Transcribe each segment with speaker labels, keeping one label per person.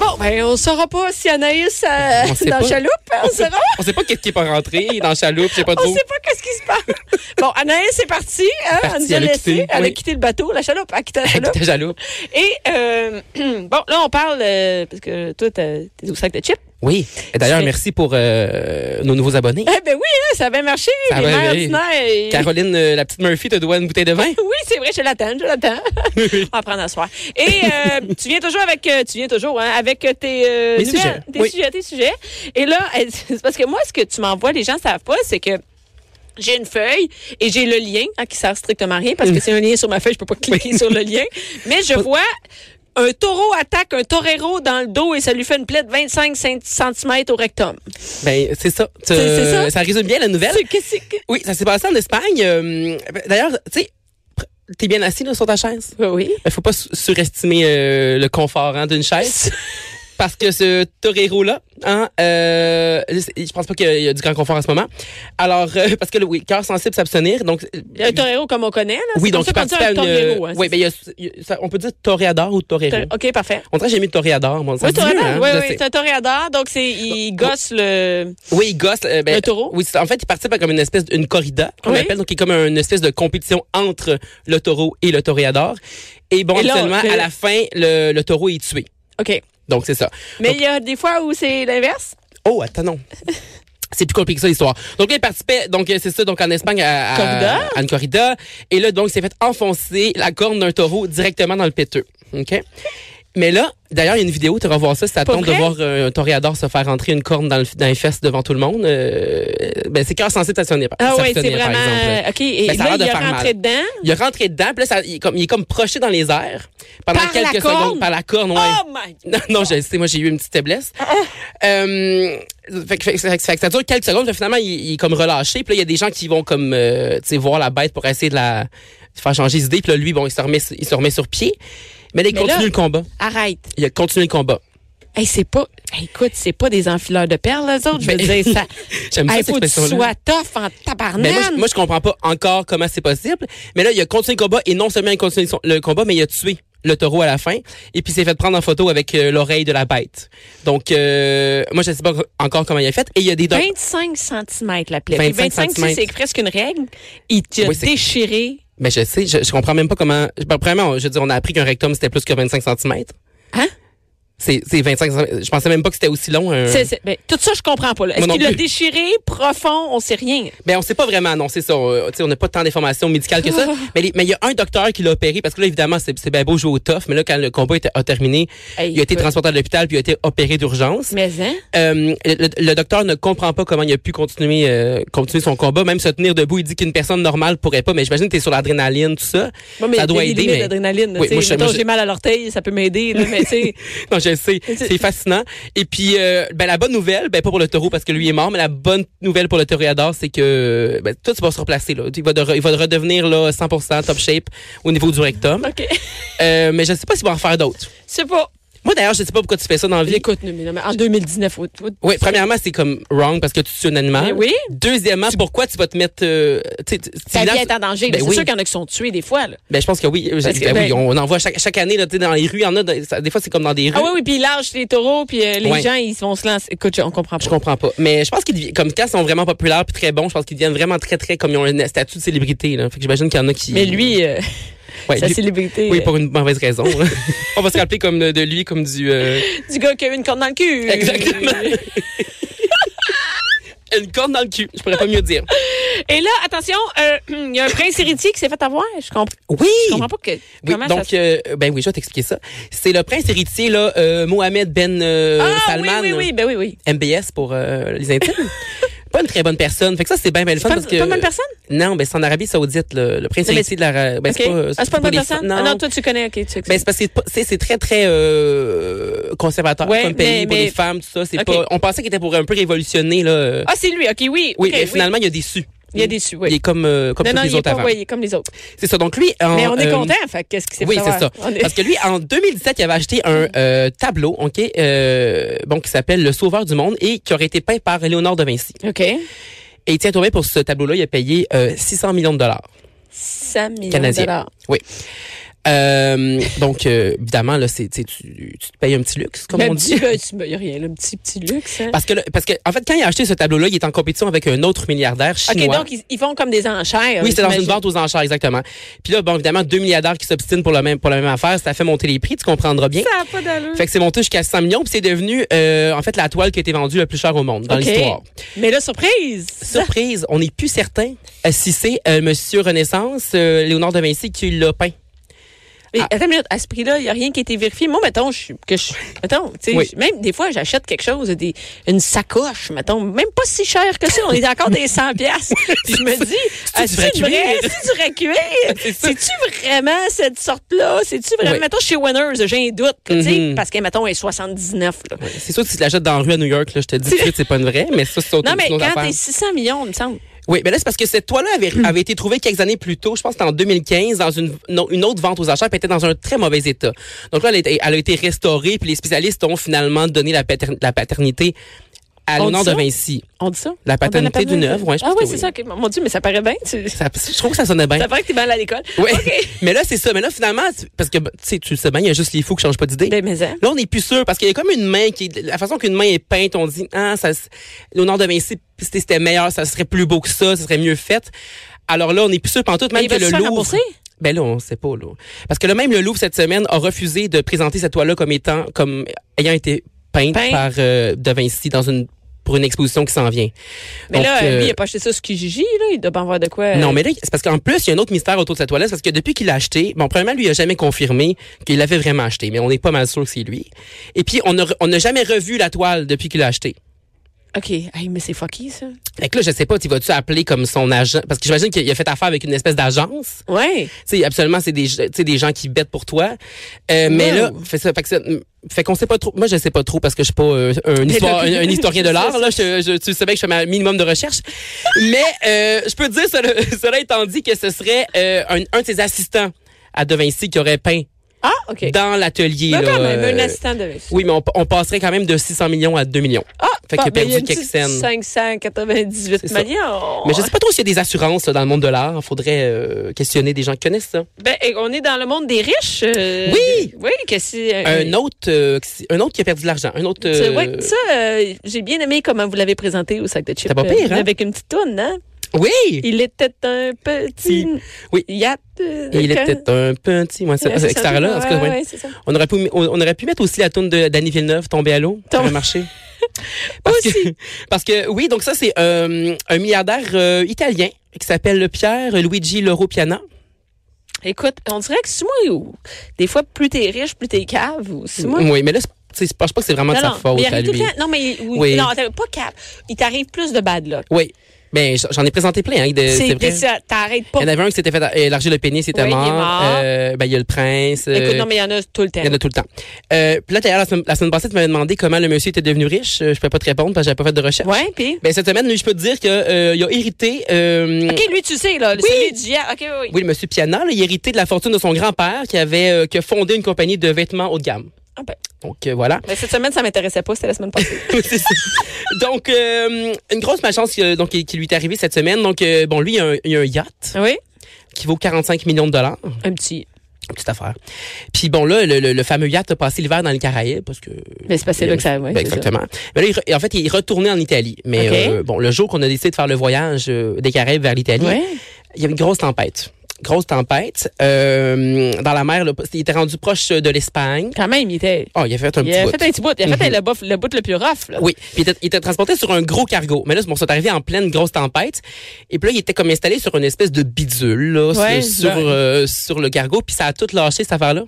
Speaker 1: Bon, ben, on saura pas si Anaïs euh,
Speaker 2: On sait
Speaker 1: dans
Speaker 2: pas.
Speaker 1: Chaloupe, hein, on saura.
Speaker 2: On sait pas qu'est-ce qui est pas rentré dans la Chaloupe, je sais pas
Speaker 1: On
Speaker 2: trop.
Speaker 1: sait pas qu'est-ce qui se passe. Bon, Anaïs est partie, hein,
Speaker 2: Partie,
Speaker 1: elle nous a
Speaker 2: elle a
Speaker 1: laissé,
Speaker 2: quitté,
Speaker 1: elle a
Speaker 2: oui.
Speaker 1: quitté le bateau, la chaloupe, elle a quitté la
Speaker 2: Elle
Speaker 1: chaloupe.
Speaker 2: était Chaloupe.
Speaker 1: Et euh, bon, là on parle euh, parce que toi t'as- t'es au sac de chips.
Speaker 2: Oui. Et d'ailleurs,
Speaker 1: C'est-
Speaker 2: merci pour euh, nos nouveaux abonnés.
Speaker 1: Eh ben oui, hein, ça avait marché.
Speaker 2: Ça
Speaker 1: les
Speaker 2: avait-
Speaker 1: mères ordinaires, et-
Speaker 2: Caroline, euh, la petite Murphy, te doit une bouteille de vin.
Speaker 1: Oui, c'est vrai, je l'attends, je l'attends. On va prendre un soir. Et euh, tu viens toujours avec, euh, tu viens toujours hein, avec tes euh,
Speaker 2: Mes
Speaker 1: nouvelles,
Speaker 2: sujets,
Speaker 1: tes
Speaker 2: oui.
Speaker 1: sujets, tes sujets. Et là, elle- c'est parce que moi, ce que tu m'envoies, les gens savent pas, c'est que j'ai une feuille et j'ai le lien hein, qui sert strictement à rien parce que c'est un lien sur ma feuille, je peux pas cliquer sur le lien. Mais je vois. Un taureau attaque un torero dans le dos et ça lui fait une plaie de 25 cm au rectum.
Speaker 2: Ben, c'est ça. Tu-
Speaker 1: C'est- c'est ça.
Speaker 2: résume bien la nouvelle.
Speaker 1: C'est- qu'est-ce que-
Speaker 2: Oui, ça s'est passé en Espagne. Euh, d'ailleurs, tu sais, pr- t'es bien assis là, sur ta chaise.
Speaker 1: Oui.
Speaker 2: Il faut pas su- surestimer euh, le confort hein, d'une chaise. Parce que ce torero-là, hein, euh, je pense pas qu'il y a du grand confort en ce moment. Alors, euh, parce que le oui, cœur sensible s'abstenir, donc... euh,
Speaker 1: Un torero comme on connaît, là.
Speaker 2: oui,
Speaker 1: C'est comme
Speaker 2: donc
Speaker 1: ça
Speaker 2: il
Speaker 1: qu'on dit
Speaker 2: participait
Speaker 1: un
Speaker 2: à une...
Speaker 1: torero. hein,
Speaker 2: oui, ben, il y a- il y a- ça- on peut dire toréador ou
Speaker 1: c'est-
Speaker 2: torero.
Speaker 1: OK, parfait.
Speaker 2: On dirait que j'ai mis toréador. Moi, ça
Speaker 1: Oui,
Speaker 2: se dit mieux,
Speaker 1: toréador.
Speaker 2: hein, Oh,
Speaker 1: oui,
Speaker 2: je
Speaker 1: oui,
Speaker 2: sais.
Speaker 1: c'est un toréador. Donc, c'est, il gosse le.
Speaker 2: Oui, il gosse. euh, ben,
Speaker 1: Le taureau?
Speaker 2: Oui, c'est- en fait, il participe à comme une espèce d'une corrida, qu'on
Speaker 1: Oui.
Speaker 2: appelle, donc qui est comme une espèce de compétition entre le taureau et le toréador. Et bon,
Speaker 1: Et là,
Speaker 2: seulement
Speaker 1: c'est-
Speaker 2: à la fin, le, le taureau est tué.
Speaker 1: OK.
Speaker 2: Donc, c'est ça.
Speaker 1: Mais il y a des fois où c'est l'inverse.
Speaker 2: Oh, attends, non. C'est plus compliqué que ça, l'histoire. Donc, là, il participait, donc, euh, c'est ça, donc, en Espagne, à, à-
Speaker 1: Corrida.
Speaker 2: à une corrida. Et là, donc, il s'est fait enfoncer la corne d'un taureau directement dans le péteux. OK? Mais là, d'ailleurs, il y a une vidéo, tu vas voir ça, si ça
Speaker 1: Pas
Speaker 2: tente de
Speaker 1: vrai?
Speaker 2: voir euh, un toréador se faire rentrer une corne dans, le, dans les fesses devant tout le monde. euh, ben, c'est cœur censé t'assonner.
Speaker 1: Ah oui, c'est vraiment. euh, OK. Et
Speaker 2: Mais ça a
Speaker 1: là,
Speaker 2: l'air de
Speaker 1: il est
Speaker 2: faire
Speaker 1: rentré
Speaker 2: mal.
Speaker 1: dedans.
Speaker 2: Il est rentré dedans, puis là, ça- il, est comme, il est comme projeté dans les airs pendant
Speaker 1: Par la
Speaker 2: quelques
Speaker 1: corne?
Speaker 2: secondes par la corne, ouais.
Speaker 1: Oh my
Speaker 2: Non, non, je le sais, moi j'ai eu une petite faiblesse.
Speaker 1: Ah.
Speaker 2: Euh, fait, que- fait que- fait que- fait que ça dure quelques secondes, puis finalement il, il est comme relâché, puis là il y a des gens qui vont comme euh, tu sais, voir la bête pour essayer de la de faire changer d'idée, puis là lui bon, il se remet il se remet sur pied. Mais là, il
Speaker 1: Mais
Speaker 2: continue
Speaker 1: là-
Speaker 2: le combat.
Speaker 1: Arrête.
Speaker 2: Il a continué le combat.
Speaker 1: Hey, c'est pas. Hey, écoute, c'est pas des enfileurs de perles, les autres. Je veux
Speaker 2: Mais-
Speaker 1: dire, ça.
Speaker 2: Ben, J'aime ça
Speaker 1: Hey,
Speaker 2: cette
Speaker 1: faut que tu
Speaker 2: expression-là.
Speaker 1: sois tough en tabarnak.
Speaker 2: Mais moi, je- moi, je comprends pas encore comment c'est possible. Mais là, il a continué le combat et non seulement il a continué son- le combat, mais il a tué le taureau à la fin et puis il s'est fait prendre en photo avec euh, l'oreille de la bête. Donc, euh, moi, je sais pas encore comment il a fait. Et il y a des doc-
Speaker 1: 25 cm la plaie. Puis
Speaker 2: 25
Speaker 1: 25,
Speaker 2: centimètres.
Speaker 1: c'est presque une règle. Il t'a
Speaker 2: Oui, c'est-
Speaker 1: déchiré.
Speaker 2: Mais Ben, je sais, je, je comprends même pas comment. je- ben, premièrement, on- je veux dire, on a appris qu'un rectum c'était plus que 25 cm.
Speaker 1: Hein?
Speaker 2: C'est c'est 25 cm. Je pensais même pas que c'était aussi long. un-
Speaker 1: C'est- c'est- ben, tout ça, je comprends pas. là. Est-ce
Speaker 2: Euh. Moi non
Speaker 1: qu'il l'a
Speaker 2: plus.
Speaker 1: déchiré profond? On sait rien.
Speaker 2: Ben on sait pas vraiment, non, c'est ça. On tu sais, on n'a pas tant d'informations médicales que ça. mais les- mais il y a un docteur qui l'a opéré parce que là évidemment c'est c'est bien beau jouer au tough, mais là quand le combat était- a terminé,
Speaker 1: Hey,
Speaker 2: il a été
Speaker 1: écoute.
Speaker 2: transporté à l'hôpital puis il a été opéré d'urgence.
Speaker 1: Mais, hein?
Speaker 2: Euh, le, le docteur ne comprend pas comment il a pu continuer euh, continuer son combat, même se tenir debout. Il dit qu'une personne normale pourrait pas, mais j'imagine que t'es sur l'adrénaline, tout ça.
Speaker 1: Moi, mais
Speaker 2: ça doit
Speaker 1: les
Speaker 2: aider.
Speaker 1: limites
Speaker 2: mais-
Speaker 1: d'adrénaline, tu
Speaker 2: Oui,
Speaker 1: sais,
Speaker 2: moi, je-
Speaker 1: mettons,
Speaker 2: moi, je-
Speaker 1: j'ai mal à l'orteil, ça peut m'aider, là, mais tu sais,
Speaker 2: Non, je le sais, c'est fascinant. Et puis, euh, ben, la bonne nouvelle, ben, pas pour le taureau parce que lui est mort, mais la bonne nouvelle pour le toréador, c'est que ben, tout va se replacer. Là. Il, va de re- il va redevenir là, 100% top shape au niveau du rectum.
Speaker 1: OK.
Speaker 2: Euh, mais je sais pas s'il va en faire d'autres.
Speaker 1: C'est pas.
Speaker 2: Moi, d'ailleurs, je sais pas pourquoi tu fais ça dans la vie.
Speaker 1: Écoute, mais non, mais en 2019, oui, oui. Hein?
Speaker 2: Oui, premièrement, c'est comme wrong parce que tu tues un animal.
Speaker 1: Mais Eh oui.
Speaker 2: Deuxièmement, pourquoi tu vas te mettre... euh, tu sais, tu- c'est
Speaker 1: ta
Speaker 2: évident-
Speaker 1: vie est en danger. là.
Speaker 2: Ben
Speaker 1: c'est
Speaker 2: oui.
Speaker 1: sûr qu'il y en a qui sont tués des fois. là.
Speaker 2: Ben, je pense que oui. Ben
Speaker 1: Parce que-
Speaker 2: oui,
Speaker 1: ben-
Speaker 2: on en voit chaque, chaque année là, tu sais, dans les rues. Il y en a, dans- ça- des fois, c'est comme dans des rues.
Speaker 1: Ah oui, oui, puis ils lâchent les taureaux, puis euh, les
Speaker 2: Ouais.
Speaker 1: gens, ils vont se lancer. Écoute, je- on comprend pas.
Speaker 2: Je comprends pas. Mais je pense qu'ils deviennent, comme quand ils sont vraiment populaires puis très bons, je pense qu'ils deviennent vraiment très, très, comme ils ont un statut de célébrité, là. Fait que j'imagine qu'il y en a qui.
Speaker 1: Mais lui, euh,
Speaker 2: Ouais,
Speaker 1: sa
Speaker 2: lui-
Speaker 1: célébrité,
Speaker 2: oui,
Speaker 1: euh,
Speaker 2: pour une mauvaise raison. On va se rappeler comme de, de lui, comme du, euh,
Speaker 1: du gars qui a eu une corne dans le cul.
Speaker 2: Exactement. une corne dans le cul. Je pourrais pas mieux dire.
Speaker 1: Et là, attention, euh, il y a un prince héritier qui s'est fait avoir. Je comprends,
Speaker 2: Oui!
Speaker 1: je comprends pas que,
Speaker 2: Oui,
Speaker 1: comment ça
Speaker 2: donc,
Speaker 1: se...
Speaker 2: euh, ben oui, je vais t'expliquer ça. C'est le prince héritier, là, euh, Mohamed Ben euh,
Speaker 1: ah
Speaker 2: Salman.
Speaker 1: oui, oui, oui, ben oui, oui.
Speaker 2: MBS pour euh, les intimes. pas une très bonne personne. Fait que ça, c'est bien, bien le fun
Speaker 1: Pas,
Speaker 2: parce que.
Speaker 1: pas une bonne personne?
Speaker 2: Non, ben c'est en Arabie Saoudite, le, le prince
Speaker 1: Non, mais-
Speaker 2: héritier de la. Ben,
Speaker 1: OK.
Speaker 2: c'est pas,
Speaker 1: ah, c'est pas une bonne
Speaker 2: des-
Speaker 1: personne?
Speaker 2: Non,
Speaker 1: Ah non, toi, tu connais. OK, tu
Speaker 2: Ben, c'est parce que c'est pas- c'est c'est très très euh, conservateur
Speaker 1: Ouais,
Speaker 2: comme pays
Speaker 1: mais-
Speaker 2: pour les
Speaker 1: mais-
Speaker 2: femmes tout ça c'est
Speaker 1: OK.
Speaker 2: pas on pensait qu'il était pour un peu révolutionner là euh,
Speaker 1: Ah, c'est lui, OK, oui. ok,
Speaker 2: oui mais finalement il a déçu
Speaker 1: Il est déçu, oui.
Speaker 2: il est comme euh, comme
Speaker 1: non,
Speaker 2: tous
Speaker 1: non,
Speaker 2: les
Speaker 1: il est
Speaker 2: autres
Speaker 1: pas
Speaker 2: avant
Speaker 1: voyé comme les autres.
Speaker 2: c'est ça donc lui en,
Speaker 1: Mais on est
Speaker 2: euh,
Speaker 1: content, fait qu'est-ce qui s'est
Speaker 2: oui,
Speaker 1: fait
Speaker 2: c'est ça.
Speaker 1: avoir? On est-
Speaker 2: Parce que lui, en 2017, il avait acheté un euh, tableau, ok, euh, bon, qui s'appelle Le Sauveur du Monde et qui aurait été peint par Léonard de Vinci.
Speaker 1: OK.
Speaker 2: Et tiens, tombé pour ce tableau-là, il a payé euh, 600 millions de dollars
Speaker 1: 100 millions de
Speaker 2: canadiens.
Speaker 1: dollars.
Speaker 2: Oui. Euh, donc, euh, évidemment, là, c'est, tu, sais, tu tu te payes un petit luxe, comme
Speaker 1: Ben,
Speaker 2: on dit.
Speaker 1: petit- ben, petit- ben, y a rien, le petit, petit luxe. hein.
Speaker 2: Parce que, le- parce que, en fait, quand il a acheté ce tableau-là, il est en compétition avec un autre milliardaire
Speaker 1: OK,
Speaker 2: chinois.
Speaker 1: donc, ils, ils font comme des enchères.
Speaker 2: oui, c'était dans une
Speaker 1: j'imagine.
Speaker 2: vente aux enchères, exactement. Puis là, bon, évidemment, deux milliardaires qui s'obstinent pour la même, pour la même affaire, ça fait monter les prix, tu comprendras bien.
Speaker 1: Ça n'a pas d'allure.
Speaker 2: Fait que c'est monté jusqu'à 100 millions, puis c'est devenu, euh, en fait, la toile qui a été vendue le plus cher au monde dans
Speaker 1: OK.
Speaker 2: l'histoire.
Speaker 1: Mais là, surprise!
Speaker 2: Surprise, on n'est plus certain euh, si c'est euh, Monsieur Renaissance, euh, Léonard de Vinci, qui l'a peint.
Speaker 1: Mais
Speaker 2: Ah.
Speaker 1: attends une minute, à ce prix-là, il n'y a rien qui a été vérifié. Moi, mettons, je, suis- que je, mettons, tu sais,
Speaker 2: Oui.
Speaker 1: je- même des fois, j'achète quelque chose, des, une sacoche, mettons, même pas si cher que ça, on est encore des 100 piastres. Puis je me dis,
Speaker 2: C'est-tu du vrai
Speaker 1: est-ce vrai?
Speaker 2: cuir?
Speaker 1: C'est-tu vrai cuir? C'est-tu vraiment cette sorte-là? C'est-tu vraiment?
Speaker 2: Oui.
Speaker 1: Mettons, chez Winners, j'ai un doute, tu sais,
Speaker 2: Mhm.
Speaker 1: parce que, mettons, elle est 79, là.
Speaker 2: C'est sûr que si tu l'achètes dans la rue à New York, là, je te dis tout de suite, c'est pas une vraie, mais ça, c'est autre,
Speaker 1: Non, mais
Speaker 2: c'est une autre
Speaker 1: quand
Speaker 2: affaire.
Speaker 1: t'es 600 millions, il me semble.
Speaker 2: Oui, mais là, c'est parce que cette toile-là avait,
Speaker 1: Hmm.
Speaker 2: avait été trouvée quelques années plus tôt, je pense que c'était en 2015, dans une, non, une autre vente aux achats, puis elle était dans un très mauvais état. Donc là, elle a été, elle a été restaurée, puis les spécialistes ont finalement donné la, pater- la paternité à
Speaker 1: On
Speaker 2: Léonard
Speaker 1: dit
Speaker 2: de
Speaker 1: ça?
Speaker 2: Vinci.
Speaker 1: On dit ça?
Speaker 2: La
Speaker 1: On donne
Speaker 2: paternité d'une œuvre, ouais, je
Speaker 1: ben, Ah
Speaker 2: pense
Speaker 1: oui,
Speaker 2: que
Speaker 1: c'est
Speaker 2: oui.
Speaker 1: ça. ok. Mon Dieu, mais ça paraît bien. Tu...
Speaker 2: Ça- je trouve que ça sonnait bien.
Speaker 1: Ça paraît que t'es mal à l'école.
Speaker 2: Ouais.
Speaker 1: OK.
Speaker 2: Mais là, c'est ça. Mais là, finalement, tu- parce que ben, tu sais, tu le sais bien, il y a juste les fous qui changent pas d'idée.
Speaker 1: Ben, mais, hein.
Speaker 2: Là, on n'est plus sûr parce qu'il y a comme une main qui, la façon qu'une main est peinte, on dit ah ça, s- Léonard de Vinci c'était c'était meilleur, ça serait plus beau que ça, ça serait mieux fait. Alors là, on n'est plus sûr pantoute
Speaker 1: Mais
Speaker 2: même
Speaker 1: il
Speaker 2: que
Speaker 1: va
Speaker 2: le
Speaker 1: se faire
Speaker 2: Louvre.
Speaker 1: rembourser?
Speaker 2: Ben là, on sait pas là. Parce que là, même le Louvre cette semaine a refusé de présenter cette toile-là comme étant, comme ayant été peinte
Speaker 1: Peinte.
Speaker 2: par euh, de Vinci dans une pour une exposition qui s'en vient.
Speaker 1: Mais
Speaker 2: Donc,
Speaker 1: là,
Speaker 2: euh,
Speaker 1: lui, il a pas acheté ça sur Kijiji, là. Il doit pas en voir de quoi.
Speaker 2: non, mais là, c'est parce qu'en plus, il y a un autre mystère autour de cette toilette. C'est parce que depuis qu'il l'a acheté, bon, premièrement, lui, il a jamais confirmé qu'il l'avait vraiment acheté, mais on n'est pas mal sûr que c'est lui. Et puis, on n'a on n'a jamais revu la toile depuis qu'il l'a acheté.
Speaker 1: OK. Hey, mais c'est fucky, ça.
Speaker 2: Fait que là, je sais pas, tu vas-tu appeler comme son agent? Parce que j'imagine qu'il a fait affaire avec une espèce d'agence.
Speaker 1: Ouais.
Speaker 2: Tu sais, absolument, c'est des, tu sais, des gens qui bêtent pour toi. Euh, mais
Speaker 1: Wow.
Speaker 2: là, fait, ça, fait, que ça- fait qu'on sait pas trop. Moi, je sais pas trop parce que je suis pas euh, un, histoire-
Speaker 1: là,
Speaker 2: un, un historien de
Speaker 1: c'est
Speaker 2: l'art.
Speaker 1: ça.
Speaker 2: Là, je, je- tu savais que je fais ma minimum de recherche. mais euh, je peux te dire, cela, cela étant dit, que ce serait euh, un, un de ses assistants à De Vinci qui aurait peint
Speaker 1: Ah, OK.
Speaker 2: dans l'atelier.
Speaker 1: Ben,
Speaker 2: là,
Speaker 1: quand même, un
Speaker 2: euh,
Speaker 1: assistant de
Speaker 2: oui, mais on, on passerait quand même de 600 millions à 2 millions.
Speaker 1: Ah,
Speaker 2: Fait
Speaker 1: bon,
Speaker 2: qu'il a
Speaker 1: ben,
Speaker 2: perdu
Speaker 1: il y une
Speaker 2: quelques
Speaker 1: petite
Speaker 2: scènes.
Speaker 1: 598
Speaker 2: C'est ça.
Speaker 1: millions.
Speaker 2: Mais je sais pas trop s'il y a des assurances là, dans le monde de l'art. Faudrait euh, questionner des gens qui connaissent ça.
Speaker 1: Ben, et on est dans le monde des riches. euh,
Speaker 2: Oui!
Speaker 1: Oui, que si.
Speaker 2: Un autre, euh, qui- un autre qui a perdu de l'argent. Un autre.
Speaker 1: Tu
Speaker 2: euh,
Speaker 1: vois, ça, euh, j'ai bien aimé comment vous l'avez présenté au sac de chips. euh,
Speaker 2: C'était pas pire, hein?
Speaker 1: Avec une petite toune, hein?
Speaker 2: Oui.
Speaker 1: Il était un petit.
Speaker 2: Oui.
Speaker 1: Yacht. euh,
Speaker 2: Et il
Speaker 1: quand-
Speaker 2: était un petit, moi,
Speaker 1: Ouais,
Speaker 2: c'est
Speaker 1: ça,
Speaker 2: extra là. En tout cas,
Speaker 1: ouais,
Speaker 2: ouais.
Speaker 1: ouais, c'est ça.
Speaker 2: On aurait pu, on, on aurait pu mettre aussi la tune de Danny Villeneuve, Tomber à l'eau. Ça
Speaker 1: Tom-
Speaker 2: aurait marché. Parce que, parce que, oui, donc ça, c'est euh, un milliardaire euh, italien qui s'appelle Pierre Luigi Loro Piana.
Speaker 1: Écoute, on dirait que c'est moi ou des fois plus t'es riche, plus t'es cave ou c'est moi.
Speaker 2: Oui, mais là, c'est- tu sais, je pense pas que c'est vraiment de sa
Speaker 1: mais
Speaker 2: faute
Speaker 1: il
Speaker 2: à
Speaker 1: arrive tout
Speaker 2: lui.
Speaker 1: le temps- non, mais oui,
Speaker 2: Oui.
Speaker 1: non, attends, pas cave. Il t'arrive plus de bad luck.
Speaker 2: Oui. Ben, j'en j'en ai présenté plein, hein, de- c'est
Speaker 1: C'est
Speaker 2: vrai.
Speaker 1: ça, t'arrêtes pas.
Speaker 2: Il y en avait un qui s'était fait euh, élargir le pénis, c'était
Speaker 1: Oui, il est
Speaker 2: mort.
Speaker 1: mort.
Speaker 2: Euh, ben, il y a le prince. euh,
Speaker 1: Écoute, non, mais il y en a tout le temps.
Speaker 2: Il y en a tout le temps. Euh, puis là, d'ailleurs, la semaine, la semaine passée, tu m'avais demandé comment le monsieur était devenu riche. Euh, Je peux pas te répondre parce que j'avais pas fait de recherche.
Speaker 1: Ouais, puis
Speaker 2: Ben, cette semaine, lui, je peux te dire que euh, il a hérité. euh,
Speaker 1: OK, lui tu sais là, le celui du hier. OK, oui. oui.
Speaker 2: Oui, le monsieur Piana, là, il a hérité de la fortune de son grand-père qui avait euh, qui a fondé une compagnie de vêtements haut de gamme.
Speaker 1: Ah ben,
Speaker 2: Donc euh, voilà.
Speaker 1: ben, cette semaine ça m'intéressait pas, c'était la semaine passée.
Speaker 2: C'est ça. donc euh, une grosse malchance euh, donc qui qui lui est arrivée cette semaine. Donc euh, bon, lui il a, un, il a un yacht
Speaker 1: oui,
Speaker 2: qui vaut 45 millions de dollars,
Speaker 1: un petit.
Speaker 2: petite affaire. Puis bon là, le, le- le fameux yacht a passé l'hiver dans les Caraïbes parce que
Speaker 1: Mais Ah, c'est passé là que ça ouais,
Speaker 2: Ben,
Speaker 1: c'est ça.
Speaker 2: exactement. Mais là, il re- en fait, il est retourné en Italie. Mais
Speaker 1: OK.
Speaker 2: euh, bon, le jour qu'on a décidé de faire le voyage euh, des Caraïbes vers l'Italie,
Speaker 1: Ouais.
Speaker 2: il y avait une grosse tempête. Grosse tempête. Euh, dans la mer, là, il était rendu proche de l'Espagne.
Speaker 1: Quand même, il était
Speaker 2: Oh, il a fait un
Speaker 1: il
Speaker 2: petit
Speaker 1: a
Speaker 2: bout. Mhm.
Speaker 1: fait un petit bout, il a fait le bout le bout le plus rough là.
Speaker 2: Oui, puis il était, il était transporté sur un gros cargo. Mais là, bon, c'est arrivé en pleine grosse tempête. Et puis là, il était comme installé sur une espèce de bidule là, sur-
Speaker 1: Ouais,
Speaker 2: sur,
Speaker 1: ouais.
Speaker 2: euh, sur le cargo. Puis ça a tout lâché, cette affaire-là.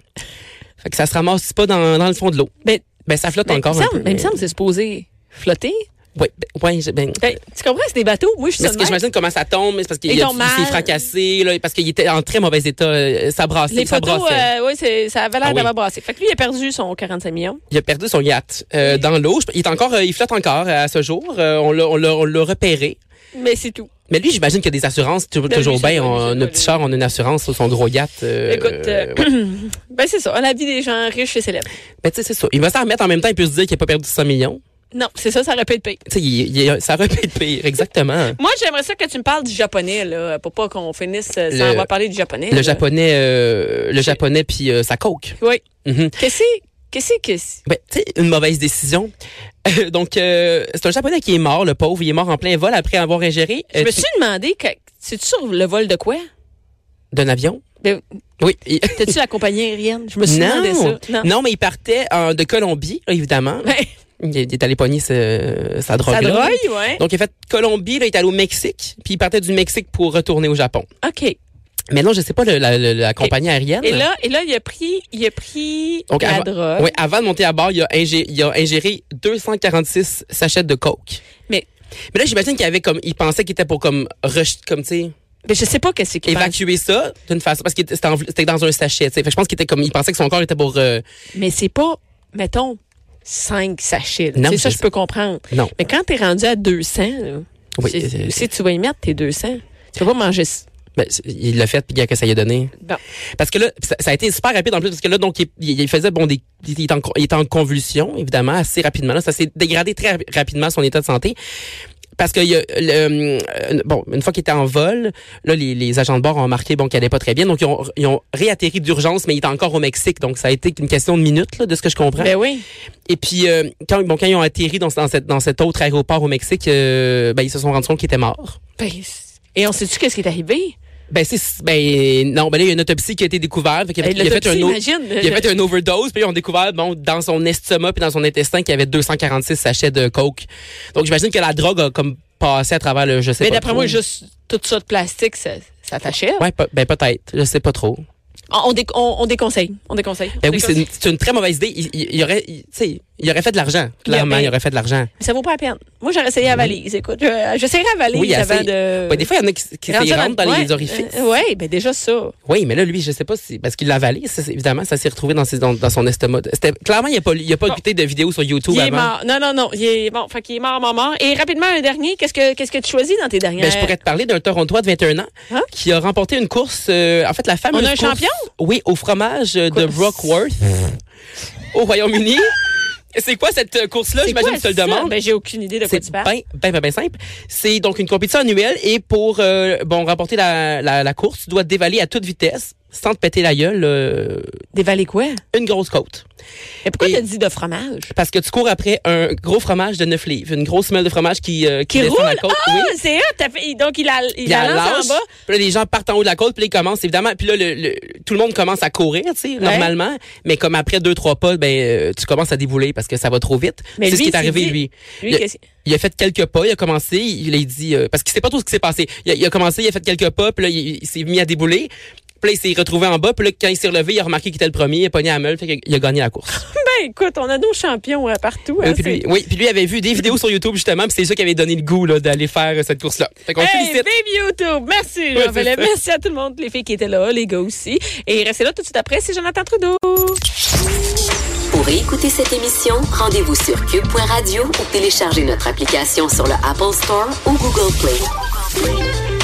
Speaker 2: Fait que ça se ramasse pas dans, dans le fond de l'eau.
Speaker 1: Ben,
Speaker 2: Ben, ça flotte
Speaker 1: ben,
Speaker 2: encore
Speaker 1: il me
Speaker 2: un
Speaker 1: semble-
Speaker 2: peu.
Speaker 1: ben, il me semble que c'est supposé flotter.
Speaker 2: Ouais, ben, ouais, j'ai- ben,
Speaker 1: Ben, tu comprends, c'est des bateaux. Moi, je suis
Speaker 2: Mais
Speaker 1: ça
Speaker 2: c'est que
Speaker 1: de même.
Speaker 2: j'imagine comment ça tombe, mais c'est parce qu'il
Speaker 1: Ils
Speaker 2: il a-
Speaker 1: tombent
Speaker 2: il
Speaker 1: mal.
Speaker 2: s'est fracassé, là, parce qu'il était en très mauvais état, euh, ça brassait,
Speaker 1: Les
Speaker 2: ça
Speaker 1: photos,
Speaker 2: brassait.
Speaker 1: euh, oui, c'est- ça avait l'air
Speaker 2: Ah oui.
Speaker 1: d'avoir brassé. Fait que lui, il a perdu son 45 millions.
Speaker 2: Il a perdu son yacht euh, dans l'eau. Je- Il est encore, euh, il flotte encore euh, à ce jour. Euh, on l'a, on l'a, on l'a repéré.
Speaker 1: Mais c'est tout.
Speaker 2: Mais lui, j'imagine qu'il y a des assurances tu-
Speaker 1: Ben,
Speaker 2: toujours
Speaker 1: lui, c'est
Speaker 2: bien.
Speaker 1: pas- lui,
Speaker 2: On,
Speaker 1: c'est
Speaker 2: notre
Speaker 1: pas
Speaker 2: petit
Speaker 1: lui.
Speaker 2: char, on a une assurance sur son gros yacht. euh,
Speaker 1: Écoute, euh,
Speaker 2: ouais.
Speaker 1: Ben, c'est ça. La vie des gens riches et célèbres.
Speaker 2: Ben, tu sais, c'est ça. Il va s'en remettre en même temps. Il peut se dire qu'il a pas perdu 100 millions.
Speaker 1: Non, c'est ça, ça aurait pu être pire.
Speaker 2: Tu sais, il- il- ça aurait pu être pire, exactement.
Speaker 1: Moi, j'aimerais ça que tu me parles du japonais, là, pour pas qu'on finisse sans
Speaker 2: Le-
Speaker 1: avoir parlé du japonais.
Speaker 2: Le
Speaker 1: là.
Speaker 2: japonais, euh, le japonais puis euh, sa coke.
Speaker 1: Oui.
Speaker 2: Mhm.
Speaker 1: Qu'est-ce que Qu'est-ce que c'est?
Speaker 2: Ben, tu sais, une mauvaise décision. Donc, euh, c'est un japonais qui est mort, le pauvre. Il est mort en plein vol après avoir ingéré
Speaker 1: Je
Speaker 2: euh,
Speaker 1: me suis demandé, que- c'est-tu sur le vol de quoi?
Speaker 2: d'un avion.
Speaker 1: De-
Speaker 2: Oui. il-
Speaker 1: T'as-tu la compagnie aérienne? Je me suis demandé
Speaker 2: non.
Speaker 1: ça.
Speaker 2: non, mais il partait euh, de Colombie, évidemment.
Speaker 1: Ah. Ouais.
Speaker 2: Il est il est allé pogner ce- sa drogue.
Speaker 1: Ça drogue, ouais.
Speaker 2: Donc, il a fait Colombie, là, il est allé au Mexique, puis il partait du Mexique pour retourner au Japon.
Speaker 1: OK. Et
Speaker 2: Mais non, je sais pas le- la, la- la compagnie aérienne.
Speaker 1: là, et là, il a pris, il a pris
Speaker 2: Donc,
Speaker 1: la
Speaker 2: avant-
Speaker 1: drogue.
Speaker 2: Oui, avant de monter à bord, il a, ingé- il a ingéré 246 sachets de coke.
Speaker 1: Mais-
Speaker 2: mais là, j'imagine qu'il avait comme, il pensait qu'il était pour comme, rejet- comme tu sais,
Speaker 1: Mais Ben, je sais pas qu'est-ce qu'il pense.
Speaker 2: évacuer ça d'une façon parce que c'était env- c'était dans un sachet. tu sais. Fait que je pense qu'il était comme, il pensait que son corps était pour. euh,
Speaker 1: Mais c'est pas, mettons, 5 sachets.
Speaker 2: Non,
Speaker 1: C'est ça,
Speaker 2: je
Speaker 1: je peux comprendre.
Speaker 2: non.
Speaker 1: Mais quand t'es rendu à 200, là,
Speaker 2: Oui,
Speaker 1: c'est-
Speaker 2: euh,
Speaker 1: si tu vas y mettre tes 200, tu peux pas manger ça.
Speaker 2: ben, il l'a fait puis regarde que ça lui a donné.
Speaker 1: Bon.
Speaker 2: Parce que là, ça, ça a été super rapide en plus parce que là, donc il, il- il faisait bon, des, il était en, il était en convulsion évidemment assez rapidement. Là, ça s'est dégradé très rapi- rapidement son état de santé. Parce que il y a le, euh, bon, une fois qu'il était en vol, là les, les agents de bord ont remarqué bon qu'il allait pas très bien, donc ils ont, ils ont réatterri d'urgence, mais il était encore au Mexique, donc ça a été une question de minutes là, de ce que je comprends.
Speaker 1: Ben oui.
Speaker 2: Et puis euh, quand bon quand ils ont atterri dans, ce- dans, cette, dans cet autre aéroport au Mexique, euh, ben ils se sont rendus compte qu'il était mort.
Speaker 1: Ben, c'est- et on sait-tu qu'est-ce qui est arrivé?
Speaker 2: Ben c'est ben non, ben là il y a une autopsie qui a été découverte, fait qu'il a-
Speaker 1: Hey,
Speaker 2: il a fait
Speaker 1: Ben, l'autopsie,
Speaker 2: un autre
Speaker 1: imagine.
Speaker 2: il a fait un overdose, puis ils ont découvert bon, dans son estomac puis dans son intestin qu'il y avait 246 sachets de coke. Donc j'imagine que la drogue a comme passé à travers le je sais
Speaker 1: Mais
Speaker 2: pas.
Speaker 1: Ben, d'après
Speaker 2: trop.
Speaker 1: moi, juste tout ça de plastique, ça, ça t'achève.
Speaker 2: Ouais, pe- ben peut-être, je sais pas trop.
Speaker 1: On, on dé- on- on déconseille. On déconseille.
Speaker 2: Ben
Speaker 1: On
Speaker 2: oui, c'est
Speaker 1: déconseille.
Speaker 2: une, c'est une très mauvaise idée. Il, il- il aurait il- tu sais, il aurait fait de l'argent.
Speaker 1: Il y a-
Speaker 2: Clairement,
Speaker 1: ben-
Speaker 2: il aurait fait de l'argent.
Speaker 1: Mais ça vaut pas la peine. Moi, j'aurais essayé la valise. Écoute, je- j'essaierai la valise
Speaker 2: Mm-hmm. Oui,
Speaker 1: avant
Speaker 2: essaye.
Speaker 1: de.
Speaker 2: Ouais, des fois il y en a qui, qui
Speaker 1: Rendu
Speaker 2: s'y
Speaker 1: à-
Speaker 2: rentrent dans
Speaker 1: ouais,
Speaker 2: les orifices.
Speaker 1: euh, ouais, ben déjà ça.
Speaker 2: Oui, mais là lui, je sais pas si parce qu'il l'a avalé, ça, c'est- évidemment, ça s'est retrouvé dans, ses- dans, dans son estomac. C'était clairement il y a pas il y a pas
Speaker 1: Bon.
Speaker 2: écouté de vidéo sur YouTube
Speaker 1: il est
Speaker 2: avant.
Speaker 1: mort. Non, non, non. Il est bon. Fait qu'il est mort, mort, mort. Et rapidement, un dernier. Qu'est-ce que, qu'est-ce que tu choisis dans tes dernières?
Speaker 2: Ben, je pourrais te parler d'un Torontois de 21 ans
Speaker 1: Hein?
Speaker 2: qui a remporté une course. euh, en fait, la femme.
Speaker 1: On a un champion?
Speaker 2: Oui, au fromage euh, de
Speaker 1: Quoi?
Speaker 2: Rockworth au Royaume-Uni. C'est quoi cette euh, course-là?
Speaker 1: C'est
Speaker 2: J'imagine
Speaker 1: quoi
Speaker 2: que tu le
Speaker 1: ça?
Speaker 2: demandes.
Speaker 1: Ben, j'ai aucune idée de quoi
Speaker 2: c'est
Speaker 1: tu
Speaker 2: bien,
Speaker 1: parles.
Speaker 2: bien, bien, bien simple. C'est donc une compétition annuelle et pour euh, bon remporter la, la, la course, tu dois te dévaler à toute vitesse, sans te péter la gueule, euh,
Speaker 1: Des valets quoi?
Speaker 2: une grosse côte.
Speaker 1: Et pourquoi
Speaker 2: Et-
Speaker 1: t'as dit de fromage?
Speaker 2: Parce que tu cours après un gros fromage de 9 livres, une grosse meule de fromage qui, euh,
Speaker 1: Qui
Speaker 2: descend la
Speaker 1: roule?
Speaker 2: côte. oui.
Speaker 1: Ah, c'est hot. T'as fait- Donc, il a, il,
Speaker 2: Il la
Speaker 1: la lance en
Speaker 2: lâche.
Speaker 1: bas.
Speaker 2: Puis là, les gens partent en haut de la côte, puis là, ils commencent, évidemment. Puis là, le, le- tout le monde commence à courir, tu sais, normalement. Mais comme après deux, trois pas, ben, euh, tu commences à débouler parce que ça va trop vite.
Speaker 1: Mais lui,
Speaker 2: C'est ce qui est
Speaker 1: il
Speaker 2: arrivé,
Speaker 1: s'est dit-
Speaker 2: lui.
Speaker 1: Lui,
Speaker 2: Il-
Speaker 1: qu'est-ce-
Speaker 2: Il a fait quelques pas, il a commencé, il a dit, euh, parce qu'il sait pas trop ce qui s'est passé. Il a, il a commencé, il a fait quelques pas, puis là, il, il s'est mis à débouler. Puis là, il s'est retrouvé en bas, puis là, quand il s'est relevé, il a remarqué qu'il était le premier, il a pogné à la meule, fait qu'il a gagné la course.
Speaker 1: Ben, écoute, on a nos champions euh, partout. hein,
Speaker 2: Euh, puis
Speaker 1: c'est-
Speaker 2: lui, oui, puis lui avait vu des vidéos sur YouTube, justement, puis c'est ça qui avait donné le goût, là, d'aller faire euh, cette course-là. Fait qu'on le
Speaker 1: Hey,
Speaker 2: félicite.
Speaker 1: Vive YouTube! Merci,
Speaker 2: Ouais,
Speaker 1: jean
Speaker 2: c'est ça.
Speaker 1: Merci à tout le monde, les filles qui étaient là, les gars aussi. Et restez là tout de suite après, c'est Jonathan Trudeau.
Speaker 3: Pour écouter cette émission, rendez-vous sur cube.radio ou téléchargez notre application sur le Apple Store ou Google Play.